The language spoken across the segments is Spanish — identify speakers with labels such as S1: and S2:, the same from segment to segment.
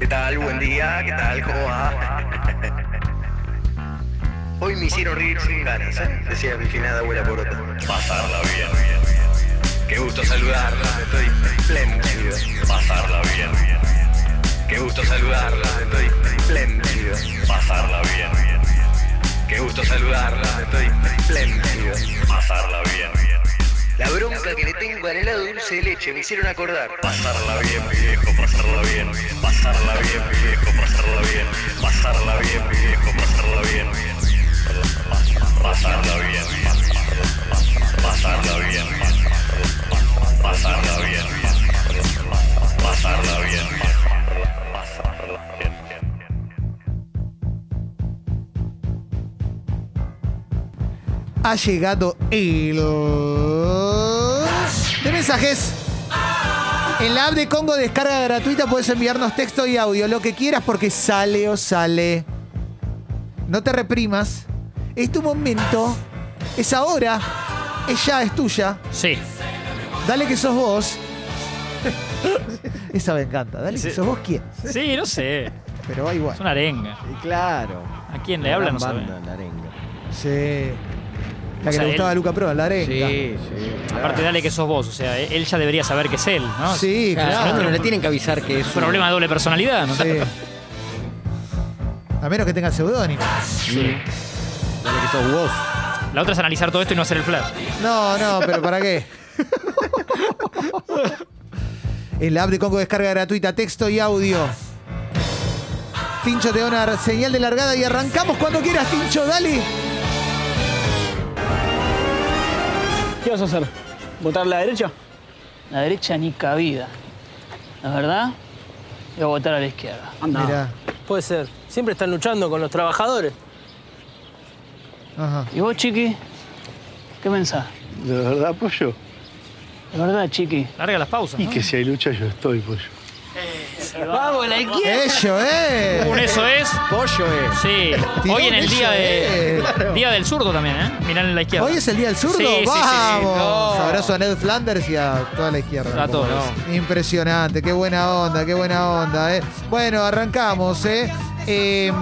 S1: ¿Qué tal? Buen día, ¿qué tal? ¿Cómo va? Hoy me hicieron reír sin ganas, ¿eh? decía mi finada abuela porota.
S2: Pasarla bien, bien, bien.
S1: Qué gusto saludarla, estoy espléndido.
S2: Pasarla bien, bien, bien.
S1: Qué gusto saludarla, estoy espléndido.
S2: Pasarla bien, bien, bien.
S1: Qué gusto saludarla, estoy espléndido.
S2: Pasarla bien, bien.
S1: La bronca que le tengo al helado dulce de leche me hicieron acordar.
S2: Pasarla bien, viejo, pasarla bien, bien. Pasarla bien, viejo, pasarla bien, bien. Pasarla bien, viejo, pasarla bien, bien. Pasarla bien, bien. Pasarla bien, bien. Pasarla bien, bien. Pasarla bien, bien. Pasarla bien, bien.
S3: Ha llegado el de mensajes. En la app de Congo descarga gratuita puedes enviarnos texto y audio, lo que quieras porque sale o sale. No te reprimas. Es tu momento. Es ahora. Es ya, es tuya.
S4: Sí.
S3: Dale que sos vos. Esa me encanta. Dale que
S4: Sí.
S3: sos vos quién.
S4: Sí, no sé.
S3: Pero va igual.
S4: Es una arenga.
S5: Y claro.
S4: ¿A quién le habla? No sabe.
S5: banda, la arenga.
S3: Sí. La
S4: O
S3: que
S4: sea,
S3: le
S4: él-
S3: gustaba a Luca Proa, la arenga.
S5: Sí, sí. claro.
S4: Aparte, dale que sos vos. O sea, él ya debería saber que es él, ¿no?
S3: Sí,
S5: Claro,
S3: claro.
S5: pero le tienen que avisar que es un
S4: Problema de doble personalidad, ¿no?
S3: Sí. A menos que tenga seudónimo.
S4: Sí.
S5: Dale que sos vos.
S4: La otra es analizar todo esto y no hacer el flash.
S3: No, no, pero ¿para qué? En la app de Congo descarga gratuita, texto y audio. Tincho te da una señal de largada y arrancamos cuando quieras, Tincho, dale.
S6: ¿Qué vas a hacer? ¿Votar la derecha?
S7: La derecha ni cabida. La verdad, voy a votar a la izquierda.
S3: Mirá.
S6: Puede ser. Siempre están luchando con los trabajadores.
S3: Ajá.
S7: ¿Y vos, Chiqui? ¿Qué pensás?
S8: De verdad, pollo.
S7: La verdad, Chiqui.
S4: Larga las pausas.
S8: Y
S4: ¿no?
S8: que si hay lucha, yo estoy, pues. pollo.
S7: ¡Vamos, la izquierda!
S3: Ello, eh.
S4: Un eso es.
S5: Pollo es.
S4: Sí.
S3: Tiró
S4: Hoy en
S3: un
S4: el
S3: eso,
S4: día de.
S3: eh.
S4: Día del zurdo también, ¿eh? Mirá en la izquierda.
S3: Hoy es el día del zurdo.
S4: Sí, sí, sí, sí.
S3: Vamos.
S4: No.
S3: Abrazo a Ned Flanders y a toda la izquierda.
S4: A todos.
S3: Impresionante, qué buena onda, qué buena onda, eh. Bueno, arrancamos, eh. Eh,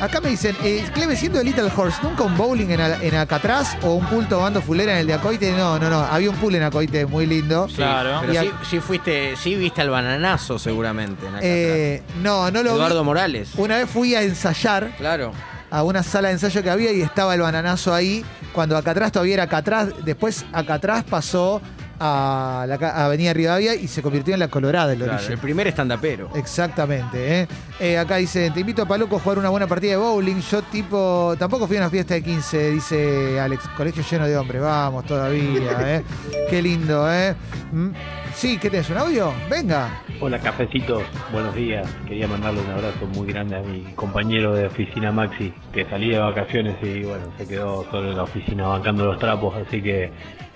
S3: acá me dicen, eh, Cleve, siendo el Little Horse, ¿nunca un bowling en, Al- en Alcatraz o un pool tomando fulera en el de Acoite? No, no, no, había un pool en Acoite muy lindo.
S4: Sí. Claro.
S5: Pero
S3: Y
S5: sí, sí fuiste, sí viste al bananazo seguramente. en Alcatraz.
S3: Eh, no, no lo vi.
S5: Eduardo Morales.
S3: Una vez fui a ensayar
S5: Claro.
S3: a una sala de ensayo que había y estaba el bananazo ahí, cuando Alcatraz todavía era Alcatraz, después Alcatraz pasó a la ca- Avenida Rivadavia y se convirtió en la Colorada, el
S5: Claro,
S3: origen.
S5: el primer estandapero.
S3: Exactamente, ¿eh? Eh, Acá dice, te invito a Paloco a jugar una buena partida de bowling. Yo tipo, tampoco fui a una fiesta de 15, dice Alex. Colegio lleno de hombres, vamos todavía, ¿eh? Qué lindo, ¿eh? Mm, Sí, ¿qué tenés? ¿Un audio? Venga.
S9: Hola cafecitos, buenos días. Quería mandarle un abrazo muy grande a mi compañero de oficina Maxi, que salía de vacaciones y bueno, se quedó solo en la oficina bancando los trapos, así que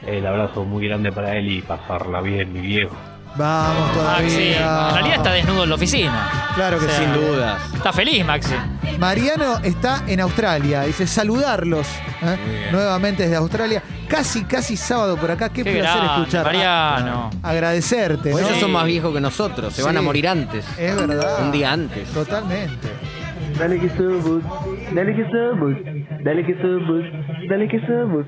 S9: el abrazo muy grande para él y pasarla bien, mi viejo.
S3: Vamos todavía.
S4: Maxi. Ah, En realidad está desnudo en la oficina.
S3: Claro que
S4: O sea,
S3: sí.
S5: Sin dudas.
S4: Está feliz, Maxi.
S3: Mariano está en Australia, dice saludarlos ¿eh?
S5: Muy bien.
S3: nuevamente desde Australia. Casi, casi sábado por acá, qué,
S4: Qué
S3: placer
S4: grande,
S3: escuchar.
S4: Mariano.
S3: Agradecerte.
S5: Pues
S3: ¿no?
S5: ellos son más viejos que nosotros, se van
S3: Sí.
S5: a morir antes.
S3: Es verdad.
S5: Un día antes.
S3: Totalmente.
S9: Dale que somos, dale que somos, dale que somos, dale que somos.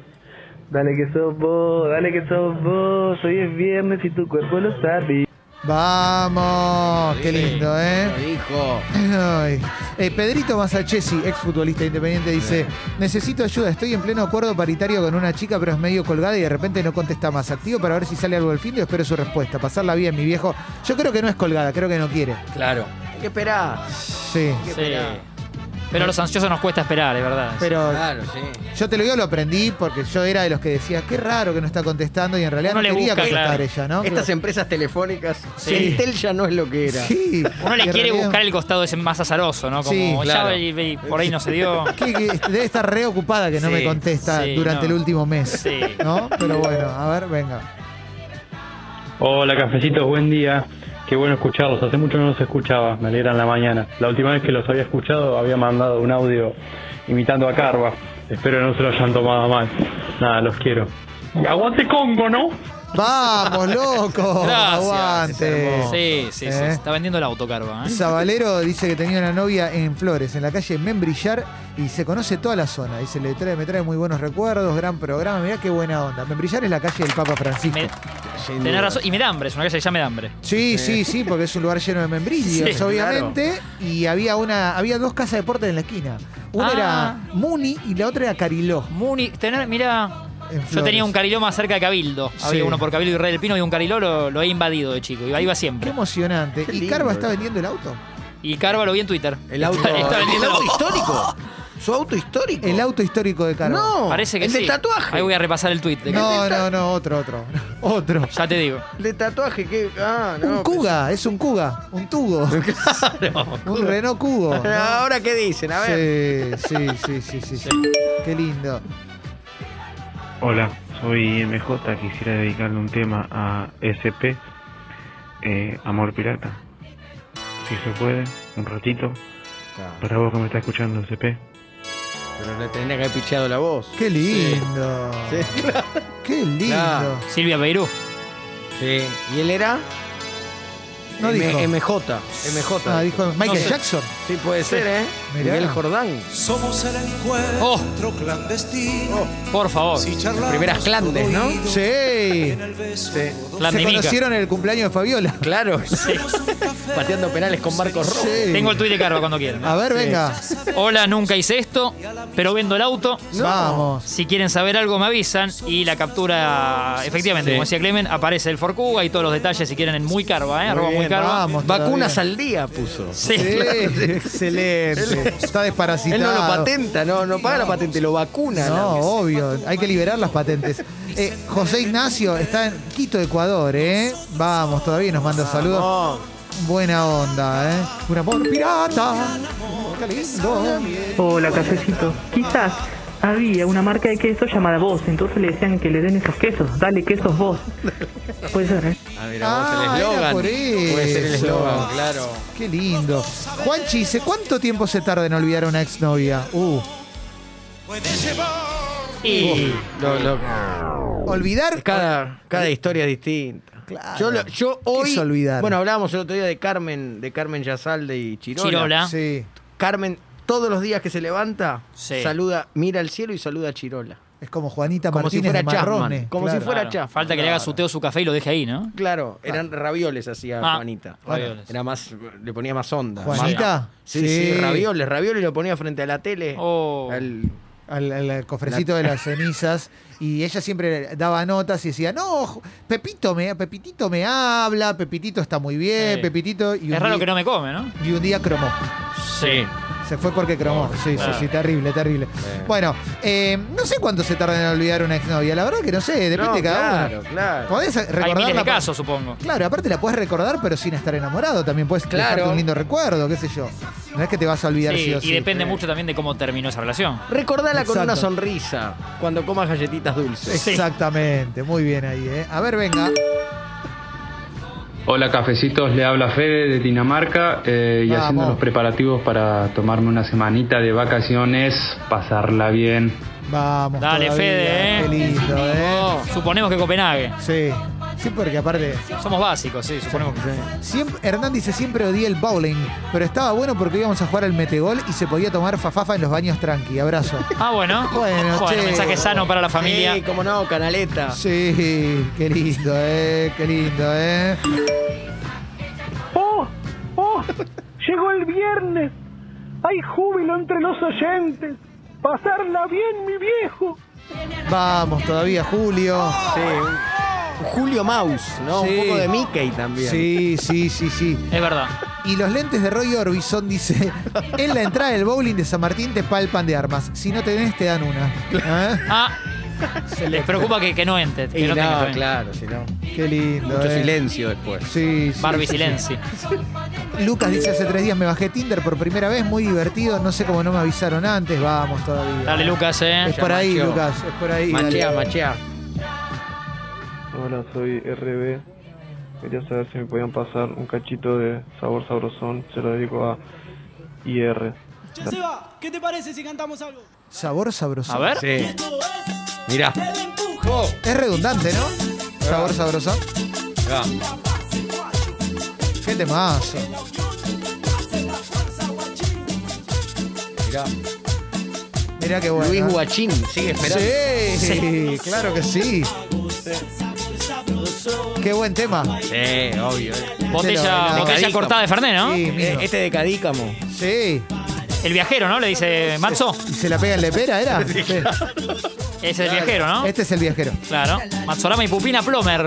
S9: Dale que sos vos, dale que sos vos, hoy es viernes y tu cuerpo lo sabe.
S3: Vamos, qué
S5: Sí.
S3: lindo, ¿eh?
S5: Lo dijo.
S3: Ay. Eh, Pedrito Masachesi, exfutbolista independiente, dice: Necesito ayuda, estoy en pleno acuerdo paritario con una chica, pero es medio colgada y de repente no contesta más. Activo para ver si sale algo del fin y espero su respuesta. Pasarla bien, mi viejo. Yo creo que no es colgada, creo que no quiere.
S5: Claro. Hay que esperar.
S3: Sí.
S4: Sí. Pero a los ansiosos nos cuesta esperar, es verdad.
S3: Pero
S5: Claro, sí.
S3: yo te lo digo, lo aprendí porque yo era de los que decía, qué raro que no está contestando y en realidad
S4: Uno
S3: no
S4: le
S3: quería
S4: busca,
S3: contestar
S4: claro.
S3: ella, ¿no?
S5: Estas empresas telefónicas,
S4: Sí.
S5: Entel ya no es lo que era.
S3: Sí.
S4: Uno le
S3: En
S4: quiere
S3: realidad-
S4: buscar el costado ese más azaroso, ¿no? Como
S3: Sí,
S4: ya
S5: claro.
S4: y- y por ahí no se dio.
S3: Que- que debe estar reocupada que no
S5: Sí,
S3: me contesta
S4: sí,
S3: durante
S4: no.
S3: el último mes.
S4: Sí.
S3: ¿No? Pero bueno, a ver, venga.
S9: Hola cafecitos, buen día. Qué bueno escucharlos. Hace mucho no los escuchaba, me alegran la mañana. La última vez que los había escuchado había mandado un audio imitando a Carva. Espero no se lo hayan tomado mal. Nada, los quiero. Y aguante Congo, ¿no?
S3: Vamos, loco.
S4: Gracias.
S3: Aguante.
S4: Sí, sí, sí.
S3: Eh.
S4: Está vendiendo el auto, Carva. ¿eh?
S3: Sabalero dice que tenía una novia en Flores, en la calle Membrillar, y se conoce toda la zona. Dice, le trae, me trae muy buenos recuerdos, gran programa, mirá qué buena onda. Membrillar es la calle del Papa Francisco.
S4: Me- tenés razón. Y me da hambre, es una calle que ya me da hambre.
S3: Sí, sí, sí, porque es un lugar lleno de membrillos,
S4: Sí,
S3: obviamente. Y había una, había dos casas de deportes en la esquina. Una
S4: Ah.
S3: era Muni y la otra era Cariló.
S4: Muni, tener, mira,
S3: en
S4: yo
S3: Flores.
S4: tenía un cariló más cerca de Cabildo. Había
S3: Sí.
S4: uno por Cabildo y Rey del Pino y un cariló lo, lo he invadido de chico. Iba, iba
S3: Qué
S4: siempre.
S3: emocionante.
S5: Qué
S3: ¿Y
S5: lindo,
S3: Carva
S5: eh.
S3: está vendiendo el auto?
S4: Y Carva lo vi en Twitter.
S5: El auto,
S4: Está
S5: el
S4: vendiendo-
S5: auto histórico. Su auto histórico.
S3: El auto histórico de Carva.
S5: No,
S4: Parece que
S5: el
S4: sí.
S5: de tatuaje.
S4: Ahí voy a repasar el tweet. de
S3: no,
S4: Carva.
S3: no, no, otro, otro. Otro.
S4: Ya te digo.
S5: El de tatuaje que. Ah, no.
S3: un Cuga, es un Cuga, un tubo. un Renault Cubo.
S5: pensé- Ahora qué dicen, a ver.
S3: Sí, sí, sí, sí, sí, sí. Qué lindo.
S9: Hola, soy MJ, quisiera dedicarle un tema a SP, eh, Amor Pirata. Si se puede, un ratito,
S5: Claro,
S9: para vos que me está escuchando SP.
S5: Pero le tendría que haber picheado la voz.
S3: Qué lindo.
S5: Sí.
S3: Qué lindo.
S5: Claro.
S4: Silvia Peirú.
S5: Sí. ¿Y él era?
S3: No
S5: M-
S3: dijo.
S5: MJ. MJ.
S3: Ah, dijo Michael
S4: sé.
S3: Jackson.
S5: Sí, puede ser, ¿eh?
S3: Mirá.
S5: Miguel Jordán.
S10: Somos el encuentro
S4: Oh,
S10: clandestino.
S4: por favor.
S10: charlamos
S5: primeras clandes, ¿no?
S10: todo oído,
S3: Sí.
S10: el beso rodea.
S4: Plan
S3: Se
S4: de Mica.
S3: conocieron en el cumpleaños de Fabiola.
S5: Claro.
S10: Somos un café
S5: Pateando penales con Marcos Rojo.
S3: Sí.
S4: Tengo el tweet de Carva cuando quieran. ¿eh?
S3: A ver, venga.
S4: Hola, nunca hice esto, pero vendo el auto.
S3: Vamos.
S4: Si quieren saber algo, me avisan. Y la captura, efectivamente,
S5: Sí.
S4: como decía Clemen, aparece el Forcuga y todos los detalles, si quieren, en Muy Carva, ¿eh?
S3: Muy
S4: Arroba
S3: bien,
S4: Muy Carva.
S3: vamos.
S5: Vacunas al día puso.
S4: Sí,
S3: Sí,
S4: claro.
S3: excelente. Está desparasitado.
S5: Él no lo patenta, no, no paga la patente, lo vacuna.
S3: No,
S5: ¿no?
S3: obvio, hay que liberar las patentes. Eh, José Ignacio está en Quito, Ecuador, ¿eh? Vamos, todavía nos manda saludos.
S5: No.
S3: Buena onda, ¿eh? Un amor pirata. Qué lindo.
S11: Hola, cafecito. Quizás había una marca de queso llamada Vos, entonces le decían que le den esos quesos. Dale, quesos Vos. Puede ser, ¿eh?
S5: Ah, mira,
S3: Ah,
S5: vos el
S3: era
S5: eslogan.
S3: por
S5: Puede ser el
S3: eso.
S5: eslogan, claro.
S3: Qué lindo. Juanchi, ¿sé cuánto tiempo se tarda en olvidar a una exnovia? Uh,
S4: Y
S5: Lo- lo-
S3: olvidar.
S5: cada, cada historia es distinta.
S3: Claro.
S5: Yo, lo- yo hoy.
S3: es olvidar?
S5: Bueno, hablábamos el otro día de Carmen, de Carmen Yasalde y Chirola.
S4: Chirola.
S3: Sí,
S5: Carmen, todos los días que se levanta,
S4: Sí.
S5: saluda, mira al cielo y saluda a Chirola.
S3: es como Juanita
S5: Como si
S3: Martínez de
S5: fuera Chapman,
S3: Marrone.
S5: como si fuera chafa.
S4: Falta que le haga su té o su café y lo deje ahí, ¿no?
S5: Claro, eran ravioles hacía
S4: Ah,
S5: Juanita.
S4: ravioles.
S5: Era más, le ponía más onda. Más-
S3: ¿Juanita?
S5: Sí, sí, ravioles, ravioles lo ponía frente a la tele.
S4: Oh.
S5: al-
S3: al, al cofrecito de las cenizas y ella siempre daba notas y decía, no, Ju- Pepito me, Pepitito me habla, Pepitito está muy bien,
S4: Sí.
S3: Pepitito... Y un
S4: Es raro
S3: día-
S4: que no me come, ¿no?
S3: Y un día cromó.
S4: Sí.
S3: Se fue porque cromó. Sí, sí,
S4: Ah, claro.
S3: sí, terrible, terrible. Bueno, eh, no sé cuánto se tarda en olvidar una exnovia. La verdad que no sé, depende
S5: No,
S3: de cada
S5: claro,
S3: uno.
S5: claro.
S3: Podés
S4: Hay
S3: recordarla
S4: miles de
S3: por-
S4: casos, supongo.
S3: Claro, aparte la puedes recordar, pero sin estar enamorado. También puedes
S5: Claro.
S3: dejarte un lindo recuerdo, qué sé yo. No es que te vas a olvidar
S4: Sí,
S3: sí o
S4: y
S3: sí.
S4: depende mucho también de cómo terminó esa relación.
S5: Recordala con
S3: Exacto.
S5: una sonrisa cuando comas galletitas dulces.
S4: Sí.
S3: Exactamente, muy bien ahí, ¿eh? A ver, venga.
S9: Hola, cafecitos, le habla Fede de Dinamarca eh, y
S3: Vamos. haciendo los
S9: preparativos para tomarme una semanita de vacaciones, pasarla bien.
S3: Vamos.
S4: Dale,
S3: todavía.
S4: Fede, ¿eh? Oh,
S3: Qué lindo, ¿eh?
S4: Suponemos que Copenhague.
S3: Sí. Sí, porque aparte.
S4: Somos básicos, sí, suponemos que
S3: Siempre, Hernán dice siempre odié el bowling, pero estaba bueno porque íbamos a jugar al metegol y se podía tomar fafafa en los baños tranqui. Abrazo.
S4: Ah, bueno.
S3: Bueno, che.
S4: mensaje sano para la familia.
S5: Sí, cómo no, canaleta.
S3: Sí, qué lindo, ¿eh? Qué lindo, ¿eh?
S10: ¡Oh! ¡Oh! Llegó el viernes. Hay júbilo entre los oyentes. Pasarla bien, mi viejo.
S3: Vamos todavía, Julio.
S5: Sí, un- un Julio Maus, ¿no?
S3: Sí.
S5: Un poco de Mickey también.
S3: Sí, sí, sí, sí.
S4: Es verdad.
S3: Y los lentes de Roy Orbison dice, en la entrada del bowling de San Martín te palpan de armas. Si no tenés, te dan una. ¿Eh?
S4: Ah, les preocupa que, que no entre.
S5: Y
S4: Que
S5: no,
S4: no tenga fe.
S5: claro, si no.
S3: Qué lindo.
S5: Mucho
S3: ¿eh?
S5: silencio después.
S3: Sí, sí, sí,
S4: Barbie
S3: sí.
S4: Silenci.
S3: Lucas dice hace tres días me bajé Tinder por primera vez, muy divertido, no sé cómo no me avisaron antes, vamos todavía.
S4: Dale, Lucas,
S3: Es
S4: eh.
S5: Ya
S3: por ahí,
S5: macheó.
S3: Lucas, es por ahí. dale.
S5: Machea, machea.
S9: Hola, soy RB. Quería saber si me podían pasar un cachito de sabor sabrosón. Se lo dedico a IR.
S10: Seba, ¿qué te parece si cantamos algo?
S3: Sabor sabroso.
S4: A ver.
S5: Sí. Mirá.
S3: Oh, Es redundante, ¿no? Sabor sabroso.
S5: Va.
S3: Qué temazo.
S5: Mirá.
S3: Mirá qué bueno.
S5: Luis Guachín, sigue esperando.
S3: Sí,
S5: Sí.
S3: claro que sí. Qué buen tema.
S5: Sí, obvio. eh.
S4: Botella,
S3: no.
S4: botella
S5: Cadícamo.
S4: cortada de Fernet, ¿no?
S3: Sí, mío.
S5: Eh, Este de Cadícamo.
S3: Sí.
S4: El viajero, ¿no? Le dice Matzo.
S3: ¿Y se la pega en lepera, era? Sí.
S4: Ese es el viajero, ¿no?
S3: Este es el viajero.
S4: Claro. Mazzorama y Pupina Plomer.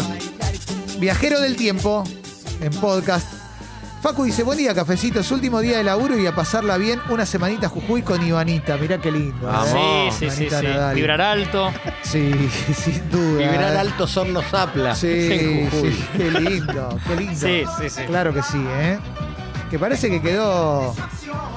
S3: Viajero del tiempo, en podcast. Facu dice, buen día, cafecitos. Último día de laburo y a pasarla bien una semanita a Jujuy con Ivanita. Mirá qué lindo. ¿eh?
S5: Vamos,
S4: sí, sí, sí,
S3: Ivanita
S4: sí.
S3: Nadal.
S4: Vibrar alto.
S3: Sí, sin duda. ¿eh?
S5: Liberar altos hornos apla.
S3: Sí,
S5: En Jujuy.
S3: sí, qué lindo, qué lindo.
S4: Sí, sí, sí.
S3: Claro que sí, ¿eh? Que parece que quedó.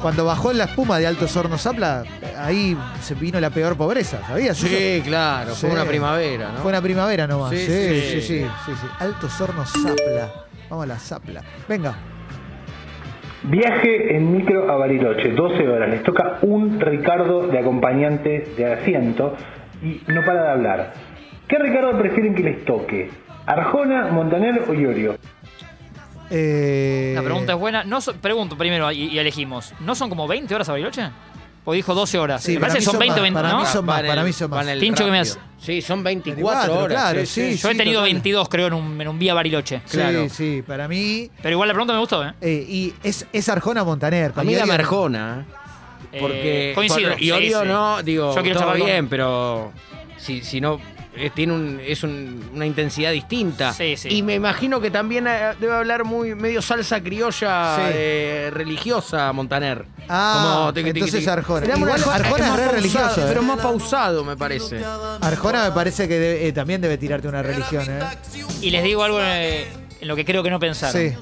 S3: Cuando bajó en la espuma de Altos Hornos Apla, ahí se vino la peor pobreza, ¿sabías? Yo-
S5: Sí, claro. Fue
S3: Sí.
S5: una primavera, ¿no?
S3: Fue una primavera nomás. Sí,
S5: Sí,
S3: sí, sí.
S5: sí.
S3: sí, sí. Altos Hornos Zapla. Vamos a la Zapla. Venga.
S12: Viaje en micro a Bariloche, 12 horas. Les toca un Ricardo de acompañante de asiento y no para de hablar. ¿Qué Ricardo prefieren que les toque? ¿Arjona, Montaner o Iorio?
S3: Eh,
S4: La pregunta es buena. No so- pregunto primero y, y elegimos. ¿No son como 20 horas a Bariloche? O dijo 12 horas.
S3: Sí,
S4: Me
S3: para
S4: parece
S3: mí
S4: que son
S3: son
S4: 20
S3: más,
S4: 20,
S3: para
S4: ¿no?
S3: mí son más,
S5: Van el-
S3: para mí son más.
S5: van el
S4: Tincho, ¿qué me
S5: rápido.
S4: hace?
S5: Sí, son 24
S3: 24,
S5: horas.
S3: claro, sí,
S4: Yo he
S3: sí,
S4: tenido
S3: total.
S4: 22, creo, en un, en un vía Bariloche.
S3: Sí, sí, para mí.
S4: Pero igual la pregunta me gustó, ¿eh?
S3: eh, y es, es Arjona Montaner.
S5: A mí
S3: Iorio-
S5: dame Arjona.
S4: Eh,
S5: Porque.
S4: coincido.
S5: por-
S4: Sí,
S5: y Orio
S4: sí.
S5: no, digo,
S4: Yo quiero
S5: todo
S4: charlar con-
S5: bien, pero. Si, si no. Es, tiene un, es un- una intensidad distinta.
S4: Sí, sí.
S5: Y me imagino que también eh, debe hablar muy medio salsa criolla
S3: Sí.
S5: eh, religiosa Montaner.
S3: Ah,
S5: tiqui, tiqui,
S3: entonces
S5: tiqui.
S3: Arjona.
S5: Dame un
S3: Igual Arjona es
S5: más
S3: re
S5: pausado,
S3: religioso, eh.
S5: Pero más pausado, me parece.
S3: Arjona me parece que debe- eh, también debe tirarte una religión, ¿eh?
S4: Y les digo algo eh, en lo que creo que no pensaron.
S3: Sí.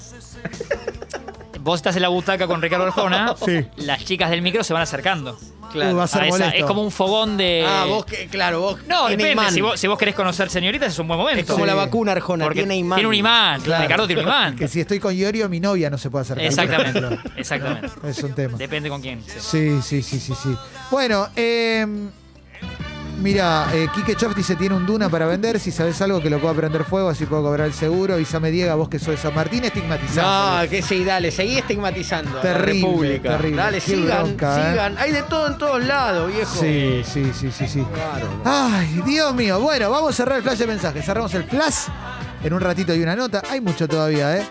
S4: Vos estás en la butaca con Ricardo Arjona.
S3: Sí.
S4: Las chicas del micro se van acercando.
S5: Claro.
S3: Uh, va a ser
S4: A esa-
S3: molesto.
S4: es como un fogón de.
S5: Ah, vos, que- claro, vos.
S4: Eh, No,
S5: tiene
S4: depende.
S5: imán.
S4: Si vos, si vos querés conocer señoritas, es un buen momento.
S5: Es como la vacuna Arjona,
S4: Porque
S5: tiene imán.
S4: un imán.
S3: Claro.
S4: Ricardo tiene un imán.
S3: Que si estoy con Iorio, mi novia no se puede acercar. por
S4: Exactamente.
S3: ejemplo.
S4: Exactamente.
S3: Es un tema.
S4: Depende con quién. sí.
S3: Sí, sí, sí, sí, sí. Bueno, eh, mira, eh, Quique Chof dice, tiene un Duna para vender, si sabes algo que lo puedo prender fuego, así puedo cobrar el seguro, avísame Diego, vos que soy San Martín, estigmatizado.
S5: No, que sí, dale, seguí estigmatizando a la
S3: Terrible,
S5: República.
S3: terrible.
S5: Dale,
S3: Qué
S5: sigan,
S3: bronca, eh.
S5: sigan. Hay de todo en todos lados, viejo.
S3: sí, sí, sí, sí, sí.
S5: Claro.
S3: Ay, Dios mío. Bueno, vamos a cerrar el flash de mensajes. Cerramos el flash. En un ratito hay una nota. Hay mucho todavía, ¿eh?